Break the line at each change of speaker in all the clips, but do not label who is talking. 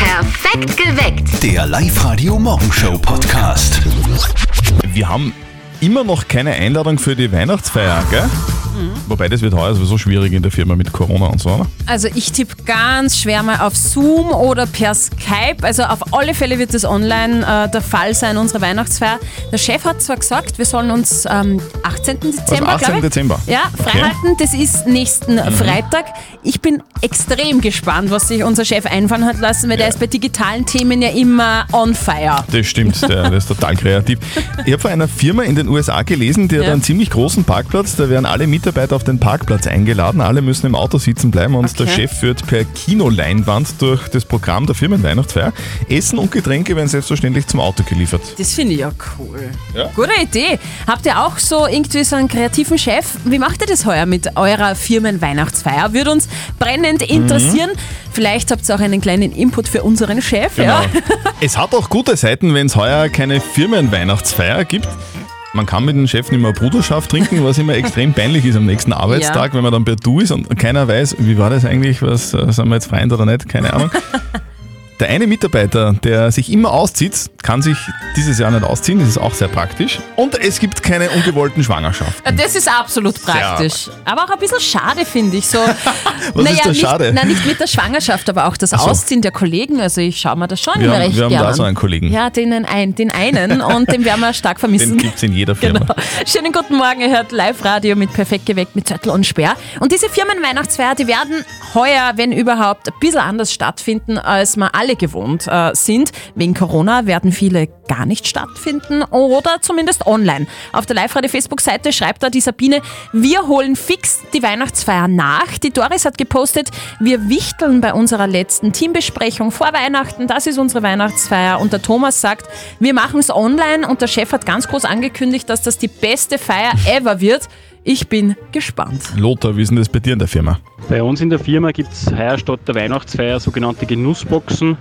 Perfekt geweckt.
Der Live-Radio Morgenshow Podcast.
Wir haben immer noch keine Einladung für die Weihnachtsfeier, gell?
Mhm.
Wobei das wird heuer sowieso schwierig in der Firma mit Corona und so. Ne?
Also ich tippe ganz schwer mal auf Zoom oder per Skype. Also auf alle Fälle wird das online äh, der Fall sein, unsere Weihnachtsfeier. Der Chef hat zwar gesagt, wir sollen uns am 18. Dezember,
Also 18.
glaub ich,
Dezember.
Ja,
Okay. Mhm.
freihalten. Das ist nächsten Freitag. Ich bin extrem gespannt, was sich unser Chef einfallen hat lassen, weil der
Ja.
ist bei digitalen Themen ja immer on fire.
Das stimmt, der, der ist total kreativ. Ich habe von einer Firma in den USA gelesen, die hat
Ja.
einen ziemlich großen Parkplatz. Da werden alle Mitarbeiter auf den Parkplatz eingeladen. Alle müssen im Auto sitzen bleiben und der
Okay.
Chef führt per Kinoleinwand durch das Programm der Firmenweihnachtsfeier. Essen und Getränke werden selbstverständlich zum Auto geliefert.
Das finde ich ja cool.
Ja.
Gute Idee. Habt ihr auch so irgendwie so einen kreativen Chef? Wie macht ihr das heuer mit eurer Firmenweihnachtsfeier? Würde uns brennend
Mhm.
interessieren. Vielleicht habt ihr auch einen kleinen Input für unseren Chef.
Genau.
Ja.
es hat auch gute Seiten, wenn es heuer keine Firmenweihnachtsfeier gibt. Man kann mit dem Chef nicht mehr Bruderschaft trinken, was immer extrem peinlich ist am nächsten Arbeitstag, wenn man dann per Du ist und keiner weiß, wie war das eigentlich, was äh, sind wir jetzt Freund oder nicht, keine Ahnung. Der eine Mitarbeiter, der sich immer auszieht, kann sich dieses Jahr nicht ausziehen, das ist auch sehr praktisch. Und es gibt keine ungewollten Schwangerschaften.
Das ist absolut praktisch. Aber auch ein bisschen schade, finde ich. So,
Was ist da
nicht,
schade?
Nein, nicht mit der Schwangerschaft, aber auch das
so.
Ausziehen der Kollegen. Also ich schaue mir das schon
Wir
immer
haben-
recht
wir haben da
gern
so
an.
einen Kollegen.
Ja, den, ein, den einen und den werden wir stark vermissen.
Den gibt es in jeder Firma.
Genau. Schönen guten Morgen, ihr hört Live-Radio mit Perfekt geweckt mit Zettel und Speer. Und diese Firmenweihnachtsfeier, die werden heuer, wenn überhaupt, ein bisschen anders stattfinden, als wir alle gewohnt äh, sind. Wegen Corona werden viele gar nicht stattfinden oder zumindest online. Auf der Live-Radio-Facebook-Seite schreibt da die Sabine, wir holen fix die Weihnachtsfeier nach. Die Doris hat gepostet, wir wichteln bei unserer letzten Teambesprechung vor Weihnachten. Das ist unsere Weihnachtsfeier. Und der Thomas sagt, wir machen es online. Und der Chef hat ganz groß angekündigt, dass das die beste Feier ever wird. Ich bin gespannt.
Lothar, wie ist denn das bei dir in der Firma?
Bei uns in der Firma gibt es heuer statt der Weihnachtsfeier sogenannte Genussboxen.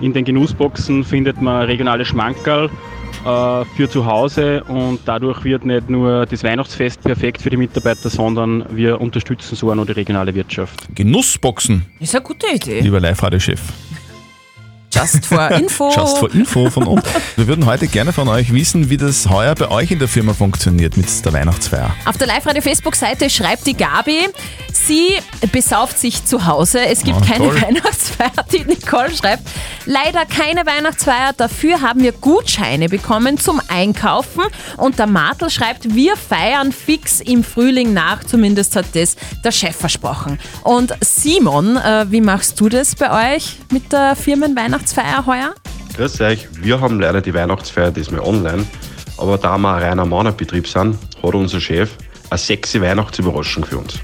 In den Genussboxen findet man regionale Schmankerl äh, für zu Hause und dadurch wird nicht nur das Weihnachtsfest perfekt für die Mitarbeiter, sondern wir unterstützen so auch noch die regionale Wirtschaft.
Genussboxen,
Ist eine gute Idee.
lieber Live-Radio-Chef.
Just for Info.
Just for Info von uns. Wir würden heute gerne von euch wissen, wie das heuer bei euch in der Firma funktioniert mit der Weihnachtsfeier.
Auf der Live-Radio-Facebook-Seite schreibt die Gabi, sie besauft sich zu Hause. Es gibt
Ah,
keine
toll.
Weihnachtsfeier. Die Nicole schreibt, leider keine Weihnachtsfeier. Dafür haben wir Gutscheine bekommen zum Einkaufen. Und der Martel schreibt, wir feiern fix im Frühling nach. Zumindest hat das der Chef versprochen. Und Simon, äh, wie machst du das bei euch mit der Firmenweihnachtsfeier heuer?
Grüß euch, wir haben leider die Weihnachtsfeier diesmal online, aber da wir ein reiner Männerbetrieb sind, hat unser Chef eine sexy Weihnachtsüberraschung für uns.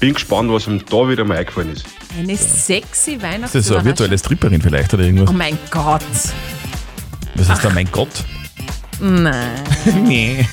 Bin gespannt, was ihm da wieder mal eingefallen ist.
Eine sexy Weihnachtsfeier.
Das ist so eine virtuelle Stripperin vielleicht oder irgendwas.
Oh mein Gott.
Was heißt da, mein Gott?
Nein.
Nee.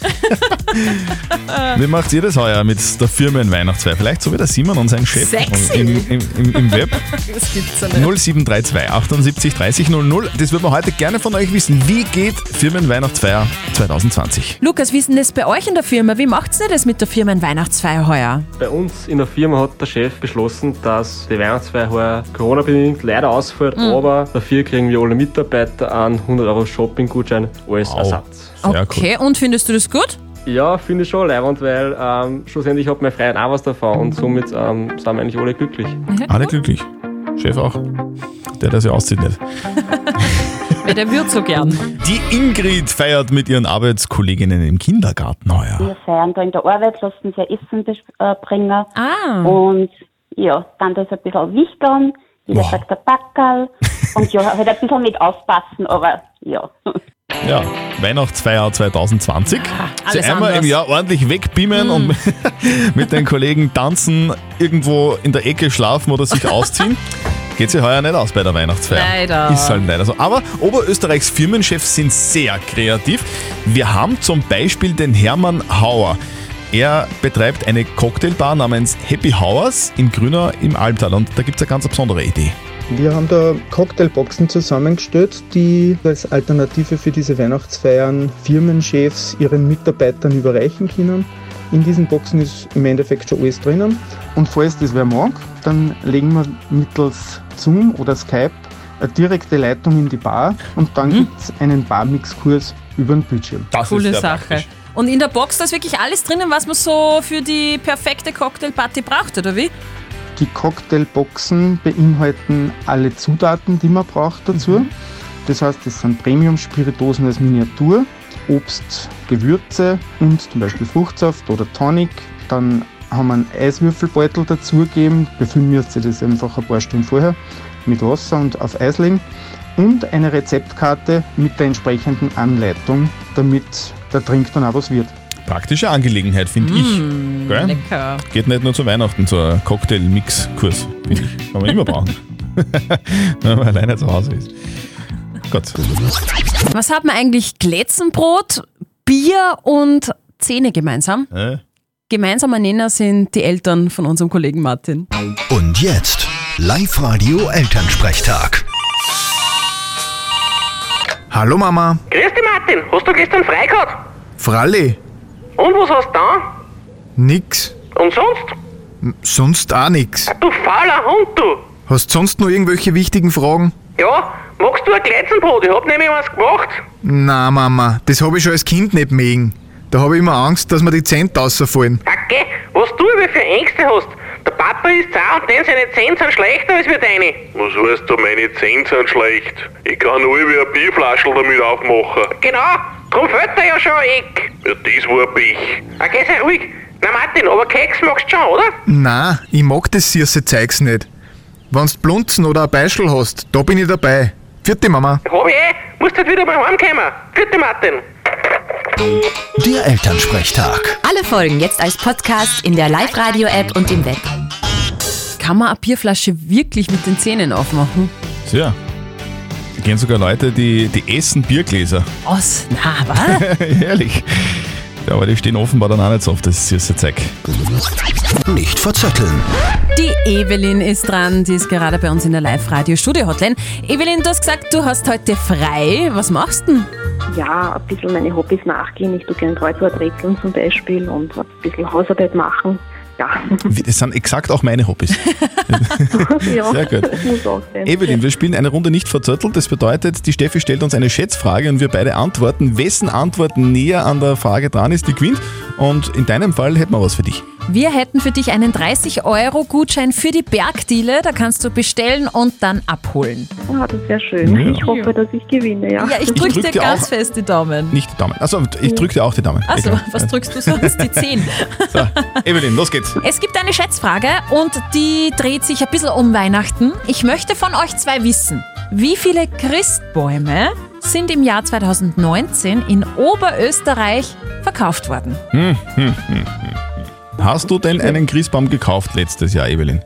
wie macht ihr das heuer mit der Firmenweihnachtsfeier? Vielleicht so wie der Simon und sein Chef
Sexy.
Im, im, im, im Web.
Das gibt's ja nicht.
0732 78 30 00. Das würden wir heute gerne von euch wissen. Wie geht Firmenweihnachtsfeier 2020?
Lukas, wie ist denn das bei euch in der Firma? Wie macht's denn das mit der Firmenweihnachtsfeier heuer?
Bei uns in der Firma hat der Chef beschlossen, dass die Weihnachtsfeier heuer Corona-bedingt leider ausfällt, aber dafür kriegen wir alle Mitarbeiter einen 100 Euro Shopping-Gutschein als
Au.
Ersatz.
Sehr
okay, und findest du das gut?
Ja, finde ich schon leibend, weil ähm, schlussendlich hat mein Freund auch was davon und somit ähm, sind wir eigentlich alle glücklich.
Cool. Alle glücklich. Chef auch. Der, der sie auszieht, nicht.
Weil der wird so gern.
Die Ingrid feiert mit ihren Arbeitskolleginnen im Kindergarten heuer.
Wir feiern da in der Arbeit, lassen sie ein Essen bes- äh, bringen.
Ah.
Und ja, dann das ein bisschen wichteln. Jeder
Wow.
sagt ein Backerl. Und ja, halt ein bisschen mit aufpassen, aber ja.
Ja, Weihnachtsfeier 2020.
alles
Sie einmal
anders. Hm.
im Jahr ordentlich wegbeamen und mit den Kollegen tanzen, irgendwo in der Ecke schlafen oder sich ausziehen. Geht sie heuer nicht aus bei der Weihnachtsfeier.
Leider.
Ist halt leider so. Aber Oberösterreichs Firmenchefs sind sehr kreativ. Wir haben zum Beispiel den Hermann Hauer. Er betreibt eine Cocktailbar namens Happy Hours in Grüner im Albtal und da gibt es eine ganz besondere Idee.
Wir haben da Cocktailboxen zusammengestellt, die als Alternative für diese Weihnachtsfeiern Firmenchefs ihren Mitarbeitern überreichen können. In diesen Boxen ist im Endeffekt schon alles drinnen. Und falls das wer mag, dann legen wir mittels Zoom oder Skype eine direkte Leitung in die Bar und dann gibt's einen Barmix-Kurs über den Bildschirm.
Das
Coole
ist sehr
Sache.
praktisch.
Und in der Box, da ist wirklich alles drinnen, was man so für die perfekte Cocktailparty braucht, oder wie?
Die Cocktailboxen beinhalten alle Zutaten, die man braucht dazu. Das heißt, es sind Premium-Spiritosen als Miniatur, Obst, Gewürze und zum Beispiel Fruchtsaft oder Tonic. Dann haben wir einen Eiswürfelbeutel dazugegeben. Befüllen müsst ihr das einfach ein paar Stunden vorher mit Wasser und auf Eis legen. Und eine Rezeptkarte mit der entsprechenden Anleitung, damit der Trink dann auch was wird.
Praktische Angelegenheit, finde
Hm,
ich. Gell?
Mhm. Lecker.
Geht nicht nur zu Weihnachten, so ein Cocktail-Mix-Kurs, finde ich. Kann man immer brauchen. Wenn man alleine zu Hause ist. Gott.
Was hat man eigentlich? Glätzenbrot, Bier und Zähne gemeinsam.
Äh,
Gemeinsamer Nenner sind die Eltern von unserem Kollegen Martin.
Und jetzt Live-Radio Elternsprechtag.
Hallo Mama.
Grüß dich, Martin. Hast du gestern frei gehabt?
Fralli.
Und was hast du da?
Nix.
Und sonst?
Sonst auch nix.
Du fauler Hund, du!
Hast sonst noch irgendwelche wichtigen Fragen?
Ja, magst du ein Gleizenbrot? Ich hab nämlich was gemacht.
Na Mama, das habe ich schon als Kind nicht mögen. Da habe ich immer Angst, dass mir die Zähne rausfallen.
Okay, was du über für Ängste hast. Der Papa ist zart und denn seine Zähne sind schlechter als wir deine.
Was heißt da, meine Zähne sind schlecht? Ich kann nur wie eine Bierflasche damit aufmachen.
Genau, drum fällt dir ja schon ein Eck.
Ja, das war Pech.
Okay, sei ruhig. Na Martin, aber Keks magst du schon, oder?
Na, ich mag das süße Zeugs nicht. Wenn's Blunzen oder ein Beischel hast, da bin ich dabei. Vierte Mama.
Hab ich eh. Musst halt wieder mal heimkommen. Bitte, Martin.
Der Elternsprechtag.
Alle Folgen jetzt als Podcast in der Live-Radio-App und im Web.
Kann man eine Bierflasche wirklich mit den Zähnen aufmachen?
tja. Da gehen sogar Leute, die, die essen Biergläser.
Aus, na, was?
Ehrlich. Ja, aber die stehen offenbar dann auch nicht so auf das süße Zeug.
Nicht verzetteln.
Die Evelyn ist dran, die ist gerade bei uns in der Live-Radio-Studio-Hotline. Evelyn, du hast gesagt, du hast heute frei. Was machst du denn?
Ja, ein bisschen meine Hobbys nachgehen. Ich tue gerne Kreuzworträtseln zum Beispiel und ein bisschen Hausarbeit machen. Ja,
Wie- Das sind exakt auch meine Hobbys.
ja.
Sehr gut.
das muss auch sein.
Evelyn, wir spielen eine Runde nicht verzörtelt. Das bedeutet, die Steffi stellt uns eine Schätzfrage und wir beide antworten. Wessen Antwort näher an der Frage dran ist, die gewinnt. Und in deinem Fall hätten wir was für dich.
Wir hätten für dich einen 30-Euro-Gutschein für die Bergdiele. Da kannst du bestellen und dann abholen.
Ah, das wäre schön.
Ja.
Ich hoffe, dass ich gewinne, ja.
Ja, ich
drück
drück,
drück dir
dir
dir ganz
ganz
auch-
fest die Daumen.
Nicht die Daumen. Also ich drücke dir auch die Daumen.
Achso,
Egal.
was drückst du sonst? Die 10.
So, Evelyn, los geht's.
Es gibt eine Schätzfrage und die dreht sich ein bisschen um Weihnachten. Ich möchte von euch zwei wissen, wie viele Christbäume sind im Jahr 2019 in Oberösterreich verkauft worden?
Hast du denn einen Christbaum gekauft letztes Jahr, Evelyn?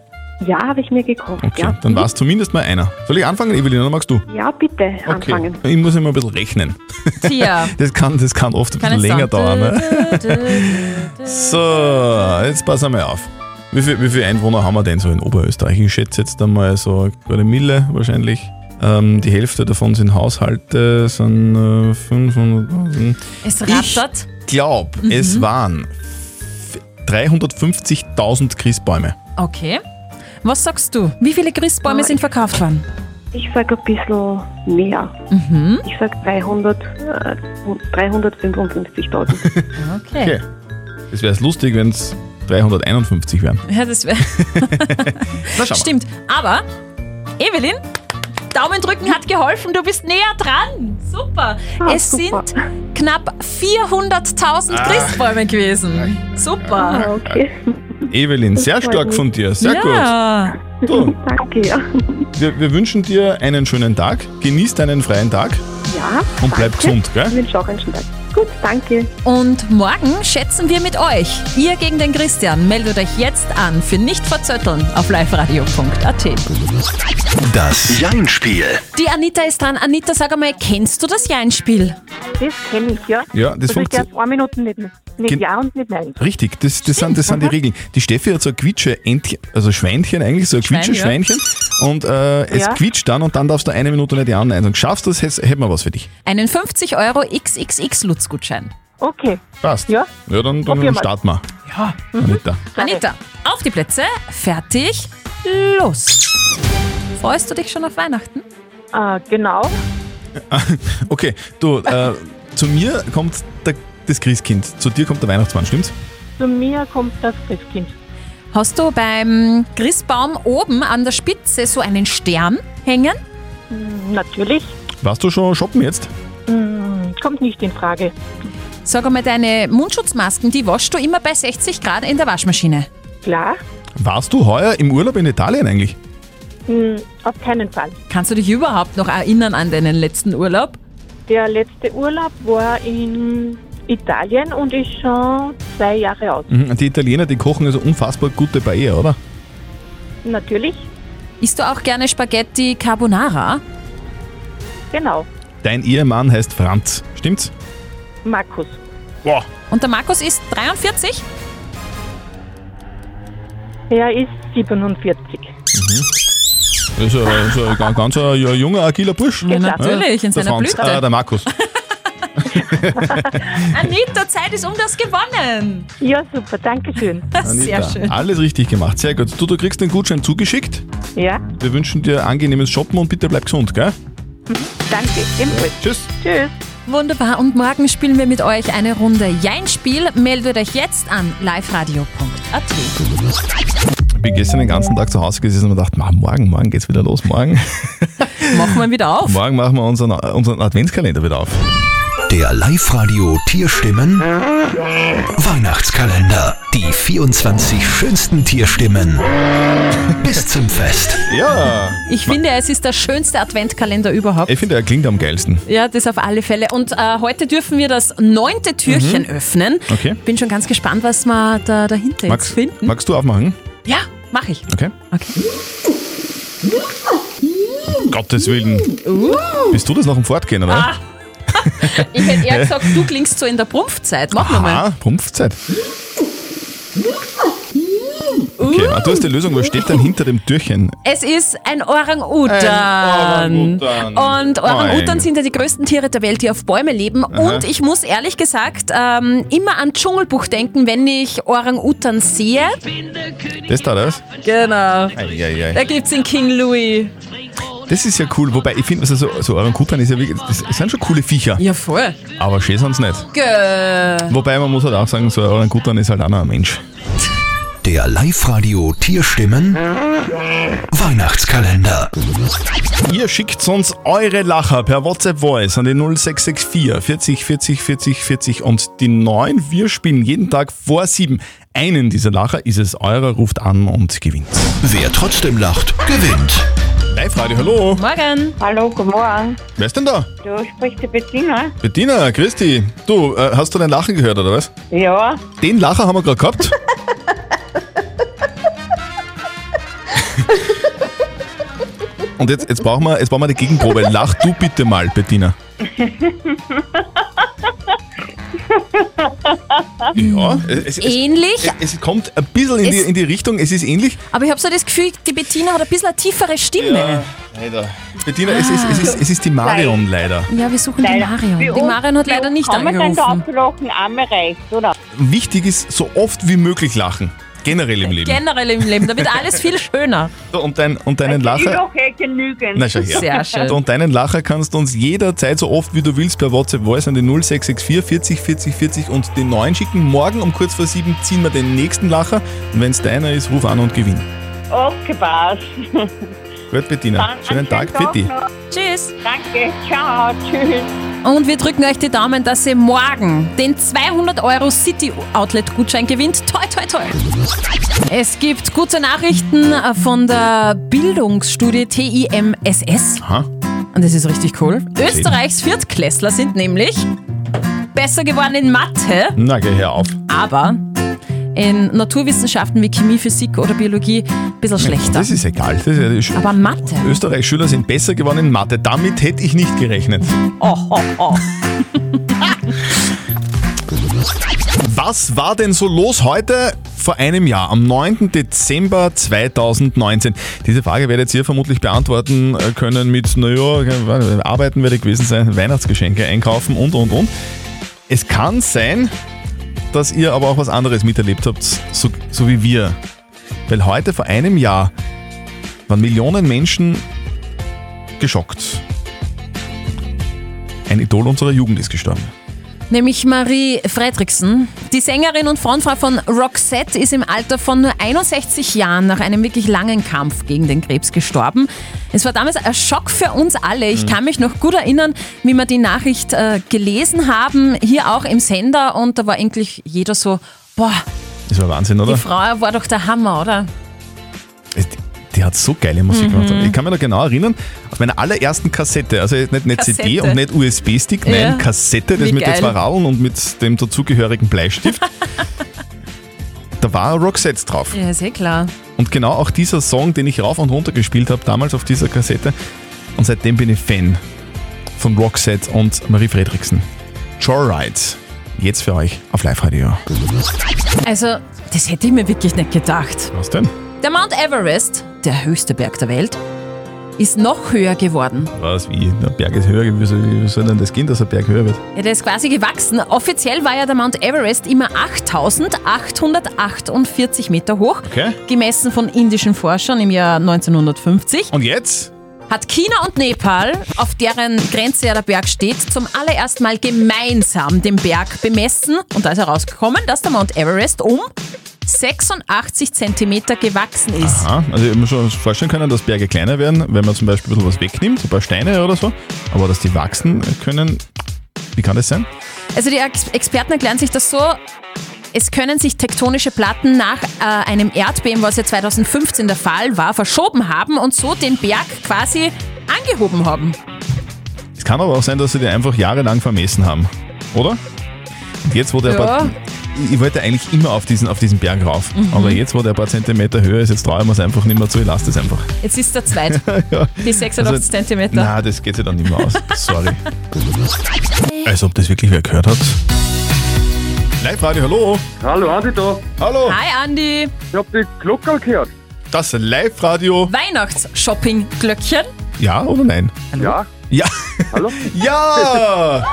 Ja, habe ich mir gekauft,
Okay,
ja.
dann war es zumindest mal einer. Soll ich anfangen, Evelyn, oder magst du?
Ja, bitte
Okay.
anfangen.
Ich muss immer ein bisschen rechnen.
Tja,
Das kann, das kann oft ein
kann
bisschen
es
länger
sein.
dauern. Ne?
Dö, dö, dö, dö.
So, jetzt pass einmal auf. Wie viel, wie viel Einwohner haben wir denn so in Oberösterreich? Ich schätze jetzt einmal so eine gute Mille wahrscheinlich. Ähm, die Hälfte davon sind Haushalte, sind äh, 500.000.
Es
Ich
rattert.
glaub,
Mhm.
es waren f- 350.000 Christbäume.
Okay. Was sagst du? Wie viele Christbäume
Äh,
Ja,
sind verkauft worden?
Ich sage ein bisschen mehr. Ich sage 300, äh, 355.000.
Okay.
Es wäre lustig, wenn es 351 wären.
Ja, das wäre.
Na, schau mal.
Stimmt. Aber, Evelyn, Daumen drücken hat geholfen. Du bist näher dran. Super.
Ah,
es
super.
sind knapp 400.000
Ah.
Christbäume gewesen. Super.
Ah, okay.
Evelyn, sehr
freut
stark
mich.
von dir. Sehr
ja.
gut. Du,
Danke, ja.
wir, wir wünschen dir einen schönen Tag. Genieß deinen freien Tag
Ja,
und bleib gesund, gell?
ich wünsche auch einen schönen Tag. Gut, danke.
Und morgen schätzen wir mit euch. Ihr gegen den Christian. Meldet euch jetzt an für nicht verzötteln auf liveradio.at.
Das Jein-Spiel.
Die Anita ist dran. Anita, sag einmal, kennst du das Jeinspiel?
Das kenne ich, ja.
Ja, das
also ich
funktioniert.
darf zwei Minuten nicht,
Gen-
nicht Ja und nicht Nein.
Richtig, das, das, sind, das sind die Regeln. Die Steffi hat so ein Quietsche, Entchen, also Schweinchen eigentlich, so ein
Schwein,
Quietsche Schweinchen. Und äh, es
Ja.
quietscht dann und dann darfst du eine Minute nicht Ja und Nein sagen. Schaffst du das, hätt- hätten wir was für dich.
Einen 50 Euro XXX-Lutz-Gutschein.
Okay,
Passt.
Ja.
Ja, dann, dann
Probier mal.
starten wir. Ja. Anita.
Anita, auf die Plätze, fertig, los. Freust du dich schon auf Weihnachten?
Ah, genau.
Okay, du, äh, zu mir kommt der, das Christkind, zu dir kommt der Weihnachtsmann, stimmt's?
Zu mir kommt das Christkind.
Hast du beim Christbaum oben an der Spitze so einen Stern hängen?
Natürlich.
Warst du schon shoppen jetzt?
Mm, Kommt nicht in Frage.
Sag einmal, deine Mundschutzmasken, die waschst du immer bei 60 Grad in der Waschmaschine.
Klar.
Warst du heuer im Urlaub in Italien eigentlich?
Mm, Auf keinen Fall.
Kannst du dich überhaupt noch erinnern an deinen letzten Urlaub?
Der letzte Urlaub war in Italien und ist schon zwei Jahre aus.
Mhm, Die Italiener, die kochen also unfassbar gute Paella, oder?
Natürlich.
Isst du auch gerne Spaghetti Carbonara?
Genau.
Dein Ehemann heißt Franz, stimmt's?
Markus.
Boah.
Und der Markus ist 43?
Er ist 47.
Das ist ein, so ein ganz, ganz ein junger, agiler Bursch.
Genau.
Ja, natürlich, in
der
seiner
Franz,
Blüte.
Äh, der Markus.
Anita, Zeit ist um das gewonnen.
Ja, super, danke schön.
Sehr
Anita,
schön.
Alles richtig gemacht, sehr gut. Du, du kriegst den Gutschein zugeschickt.
Ja,
Wir wünschen dir angenehmes Shoppen und bitte bleib gesund, gell?
danke. Ebenfalls.
Tschüss.
Tschüss.
Wunderbar, und morgen spielen wir mit euch eine Runde Jein-Spiel. Meldet euch jetzt an liveradio.at.
Ich bin gestern den ganzen Tag zu Hause gesessen und mir gedacht, "Ma, morgen, morgen geht's wieder los, morgen.
Machen wir wieder auf.
Morgen machen wir unseren, unseren Adventskalender wieder auf.
Der Live-Radio Tierstimmen Weihnachtskalender. Die 24 schönsten Tierstimmen. Bis zum Fest.
Ja.
Ich finde, es ist der schönste Adventkalender überhaupt.
Ich finde, er klingt am geilsten.
Ja, das auf alle Fälle. Und äh, heute dürfen wir das neunte Türchen
Mhm.
öffnen.
Okay.
Bin schon ganz gespannt, was wir da dahinter jetzt
Magst,
finden.
magst du aufmachen?
Ja, mach ich.
Okay.
Okay.
Um Gottes Willen. Bist du das noch im Fortgehen, oder?
Uh. Ah. Ich hätte eher gesagt, du klingst so in der Prumpfzeit. Mach nochmal.
Ah, Pumpfzeit. Okay, warte, du hast die Lösung. Was steht denn hinter dem Türchen? Ähm,
Es ist ein Orang-Utan. Oh,
Ein Orang-Utan.
Und Orang-Utan
Nein.
sind ja die größten Tiere der Welt, die auf Bäume leben. Und ich muss ehrlich gesagt ähm, immer an Dschungelbuch denken, wenn ich Orang-Utan sehe.
Das da, das?
Genau.
Eieiei.
Da gibt es den King Louis.
Das ist ja cool. Wobei, ich finde, also so, so Orangutan ist ja wirklich, das sind schon coole Viecher.
Ja, voll.
Aber schön sind sie nicht.
Gö.
Wobei, man muss halt auch sagen, so ein Orangutan ist halt auch noch ein Mensch.
Der Live-Radio Tierstimmen Weihnachtskalender.
Ihr schickt uns eure Lacher per WhatsApp Voice an die 0664 40 40 40 40 und die 9. Wir spielen jeden Tag vor 7. Einen dieser Lacher ist es eurer, ruft an und gewinnt.
Wer trotzdem lacht, gewinnt.
Live-Radio, hallo.
Morgen.
Hallo, guten Morgen.
Wer ist denn da?
Du sprichst die Bettina?
Bettina, Christi. Du, äh, hast du dein Lachen gehört, oder was?
Ja.
Den Lacher haben wir gerade gehabt. Und jetzt, jetzt, brauchen wir, jetzt brauchen wir die Gegenprobe. Lach du bitte mal, Bettina. Ja, es, es,
Ähnlich.
Es, es kommt ein bisschen in, die,
Es-
in die Richtung, es ist ähnlich.
Aber ich habe so das Gefühl, die Bettina hat ein bisschen eine tiefere Stimme.
leider. Bettina, es, ist, es, ist, es ist die Marion leider.
Ja, wir suchen
Leider.
die Marion.
Wie
Die
oft-
Marion hat
wie
leider
oft
nicht
Kann man dann da
angerufen.
abgelochen, einmal reicht, oder?
Wichtig ist, so oft wie möglich lachen. Generell
Äh,
im Leben.
Generell im Leben, da wird alles viel schöner.
So, und, dein, und deinen
Ich
Lacher.
lache eh genügend.
Na, schau her. Und deinen Lacher kannst du uns jederzeit so oft wie du willst per WhatsApp Voice an die 0664 40 40 40 und den neuen schicken. Morgen um kurz vor sieben ziehen wir den nächsten Lacher. Und wenn es deiner ist, ruf an und gewinn.
Okay, passt.
Gut, Bettina.
Dann
Schönen
einen
Tag für
Tag
dich.
noch.
Tschüss.
Danke, ciao, tschüss.
Und wir drücken euch die Daumen, dass ihr morgen den 200 Euro City Outlet Gutschein gewinnt. Toi, toi, toi. Es gibt gute Nachrichten von der Bildungsstudie TIMSS.
Aha.
Und das ist richtig cool. Österreichs Viertklässler sind nämlich besser geworden in Mathe.
Na, geh her auf.
aber in Naturwissenschaften wie Chemie, Physik oder Biologie ein bisschen schlechter.
Das ist egal. Das ist ja die Sch-
Aber Mathe.
Österreichs Schüler sind besser geworden in Mathe. Damit hätte ich nicht gerechnet.
Oh, oh, oh.
Was war denn so los heute vor einem Jahr, am 9. Dezember 2019? Diese Frage werdet ihr vermutlich beantworten äh, können mit, naja, arbeiten werde ich gewesen sein, Weihnachtsgeschenke einkaufen und, und, und. Es kann sein, dass ihr aber auch was anderes miterlebt habt, so, so wie wir. Weil heute vor einem Jahr waren Millionen Menschen geschockt. Ein Idol unserer Jugend ist gestorben.
Nämlich Marie Fredriksen. Die Sängerin und Frontfrau von Roxette ist im Alter von nur 61 Jahren nach einem wirklich langen Kampf gegen den Krebs gestorben. Es war damals ein Schock für uns alle. Ich
Mhm.
kann mich noch gut erinnern, wie wir die Nachricht äh, gelesen haben, hier auch im Sender. Und da war eigentlich jeder so, boah,
Das war Wahnsinn, oder?
die Frau war doch der Hammer, oder?
Äh, Die hat so geile Musik
Mhm.
gemacht. Ich kann mich noch genau erinnern, auf meiner allerersten Kassette, also nicht, nicht CD
Kassette.
und nicht USB-Stick,
Ja.
nein, Kassette, das
Wie
mit den
geil.
zwei Rauen und mit dem dazugehörigen Bleistift. da war Roxette drauf.
Ja, ist eh klar.
Und genau auch dieser Song, den ich rauf und runter gespielt habe, damals auf dieser Kassette. Und seitdem bin ich Fan von Roxette und Marie Fredriksen. Joyride. Jetzt für euch auf Live-Radio.
Also, das hätte ich mir wirklich nicht gedacht.
Was denn?
Der Mount Everest, der höchste Berg der Welt, ist noch höher geworden.
Was, wie? Der Berg ist höher. Wie soll, wie soll denn das gehen, dass der Berg höher wird?
Ja, der ist quasi gewachsen. Offiziell war ja der Mount Everest immer 8848 Meter hoch,
Okay.
gemessen von indischen Forschern im Jahr 1950.
Und jetzt?
Hat China und Nepal, auf deren Grenze ja der Berg steht, zum allerersten Mal gemeinsam den Berg bemessen. Und da ist herausgekommen, dass der Mount Everest um 86 Zentimeter gewachsen ist.
Aha, also ich hab mir schon vorstellen können, dass Berge kleiner werden, wenn man zum Beispiel ein bisschen was wegnimmt, ein paar Steine oder so. Aber dass die wachsen können, wie kann das sein?
Also die Ex Experten erklären sich das so, es können sich tektonische Platten nach äh, einem Erdbeben, was ja 2015 der Fall war, verschoben haben und so den Berg quasi angehoben haben.
Es kann aber auch sein, dass sie die einfach jahrelang vermessen haben, oder? Und jetzt, wo der
Ja.
paar, ich wollte eigentlich immer auf diesen, auf diesen Berg rauf,
Mhm.
aber jetzt, wo der ein paar Zentimeter höher ist, jetzt traue ich mir es einfach nicht mehr zu, ich lasse das einfach.
Jetzt ist der zweit.
Ja. Also,
Die 86 Zentimeter.
Na, das geht sich dann nicht mehr aus. Sorry. Als ob das wirklich wer gehört hat. Live Radio, hallo.
Hallo, Andi da.
Hallo.
Hi Andi.
Ich hab die Glockerl gehört.
Das Live Radio.
Weihnachts-Shopping-Glöckchen.
Ja oder nein?
Ja.
Ja.
Hallo?
Ja!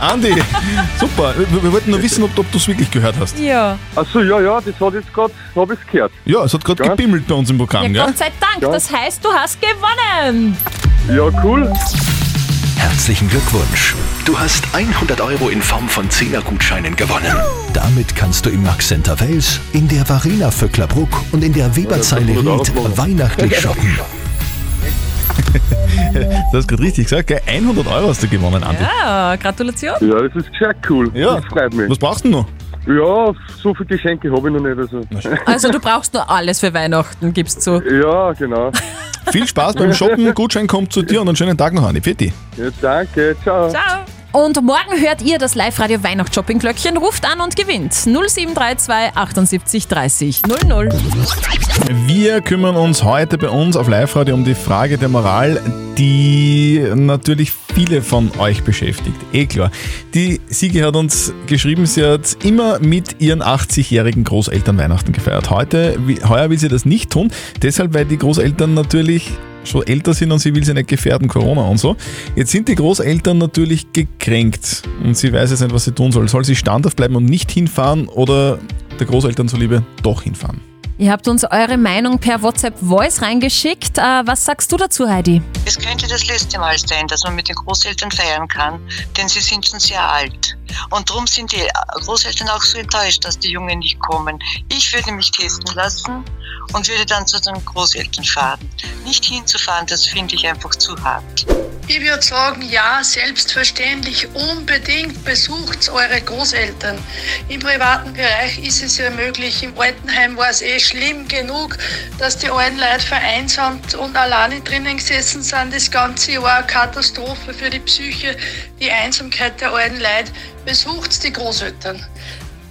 Andi, super. Wir, wir wollten nur wissen, ob, ob du es wirklich gehört hast.
Ja.
Achso, ja, ja, das hat jetzt gerade, hab ich's gehört.
Ja, es hat gerade gebimmelt bei uns im Programm,
Ja,
gell?
Gott sei Dank,
Ja.
das heißt, du hast gewonnen.
Ja, cool.
Herzlichen Glückwunsch. Du hast 100 Euro in Form von 10er Gutscheinen gewonnen. Damit kannst du im Max Center Wales, in der Varina Vöcklerbruck und in der Weberzeile Ried weihnachtlich shoppen.
Du hast gerade richtig gesagt, gell? 100 Euro hast du gewonnen, Andi.
Ja, Ah, Gratulation.
Ja, das ist sehr cool.
Ja.
Das freut mich.
Was brauchst du noch?
Ja, so viele Geschenke habe ich noch nicht. Also.
Also du brauchst nur alles für Weihnachten, gibst du.
Ja, genau.
Viel Spaß beim Shoppen, Gutschein kommt zu dir und einen schönen Tag noch, Andi. Fetti.
Ja, danke, ciao.
Ciao. Und morgen hört ihr das Live-Radio Weihnachts-Shopping-Glöckchen, ruft an und gewinnt 0732 78 30 00.
Wir kümmern uns heute bei uns auf Live-Radio um die Frage der Moral, die natürlich viele von euch beschäftigt. Eh klar. Die Sigi hat uns geschrieben, sie hat immer mit ihren 80-jährigen Großeltern Weihnachten gefeiert. Heute, wie- heuer will sie das nicht tun, deshalb, weil die Großeltern natürlich schon älter sind und sie will sie nicht gefährden, Corona und so. Jetzt sind die Großeltern natürlich gekränkt und sie weiß jetzt nicht, was sie tun soll. Soll sie standhaft bleiben und nicht hinfahren oder der Großeltern zuliebe doch hinfahren?
Ihr habt uns eure Meinung per WhatsApp-Voice reingeschickt. Äh, was sagst du dazu, Heidi?
Es könnte das letzte Mal sein, dass man mit den Großeltern feiern kann, denn sie sind schon sehr alt. Und darum sind die Großeltern auch so enttäuscht, dass die Jungen nicht kommen. Ich würde mich testen lassen und würde dann zu den Großeltern fahren. Nicht hinzufahren, das finde ich einfach zu hart.
Ich würde sagen, ja, selbstverständlich, unbedingt besucht eure Großeltern. Im privaten Bereich ist es ja möglich, im Altenheim war es eh schlimm genug, dass die alten Leute vereinsamt und alleine drinnen gesessen sind. Das ganze Jahr eine Katastrophe für die Psyche, die Einsamkeit der alten Leute. Besucht die Großeltern.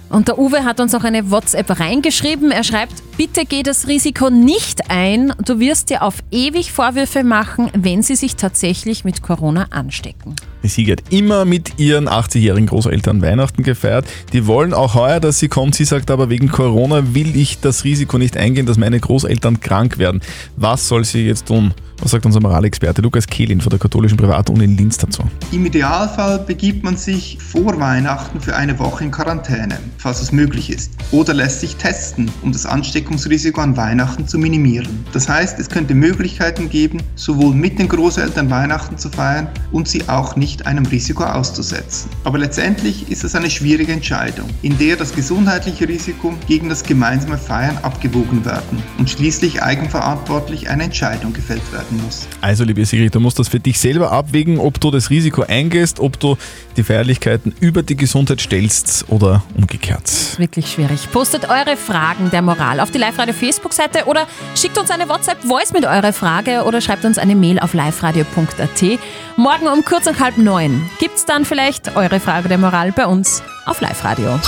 Und der Uwe hat uns auch eine WhatsApp reingeschrieben. Er schreibt, bitte geh das Risiko nicht ein. Du wirst dir auf ewig Vorwürfe machen, wenn sie sich tatsächlich mit Corona anstecken.
Die Sigi hat immer mit ihren 80-jährigen Großeltern Weihnachten gefeiert. Die wollen auch heuer, dass sie kommt. Sie sagt aber, wegen Corona will ich das Risiko nicht eingehen, dass meine Großeltern krank werden. Was soll sie jetzt tun? Was sagt unser Moralexperte Lukas Kehlin von der katholischen Privatuni in Linz dazu?
Im Idealfall begibt man sich vor Weihnachten für eine Woche in Quarantäne, falls es möglich ist, oder lässt sich testen, um das Ansteckungsrisiko an Weihnachten zu minimieren. Das heißt, es könnte Möglichkeiten geben, sowohl mit den Großeltern Weihnachten zu feiern und sie auch nicht einem Risiko auszusetzen. Aber letztendlich ist es eine schwierige Entscheidung, in der das gesundheitliche Risiko gegen das gemeinsame Feiern abgewogen werden und schließlich eigenverantwortlich eine Entscheidung gefällt werden muss.
Also, liebe Sigrid, du musst das für dich selber abwägen, ob du das Risiko eingehst, ob du die Feierlichkeiten über die Gesundheit stellst oder umgekehrt.
ist wirklich schwierig. Postet eure Fragen der Moral auf die Live-Radio Facebook-Seite oder schickt uns eine WhatsApp-Voice mit eurer Frage oder schreibt uns eine Mail auf liveradio.at. Morgen um kurz nach halb neun gibt's dann vielleicht eure Frage der Moral bei uns auf Live-Radio.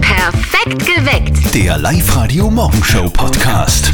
Perfekt geweckt.
Der Live-Radio Morgenshow Podcast.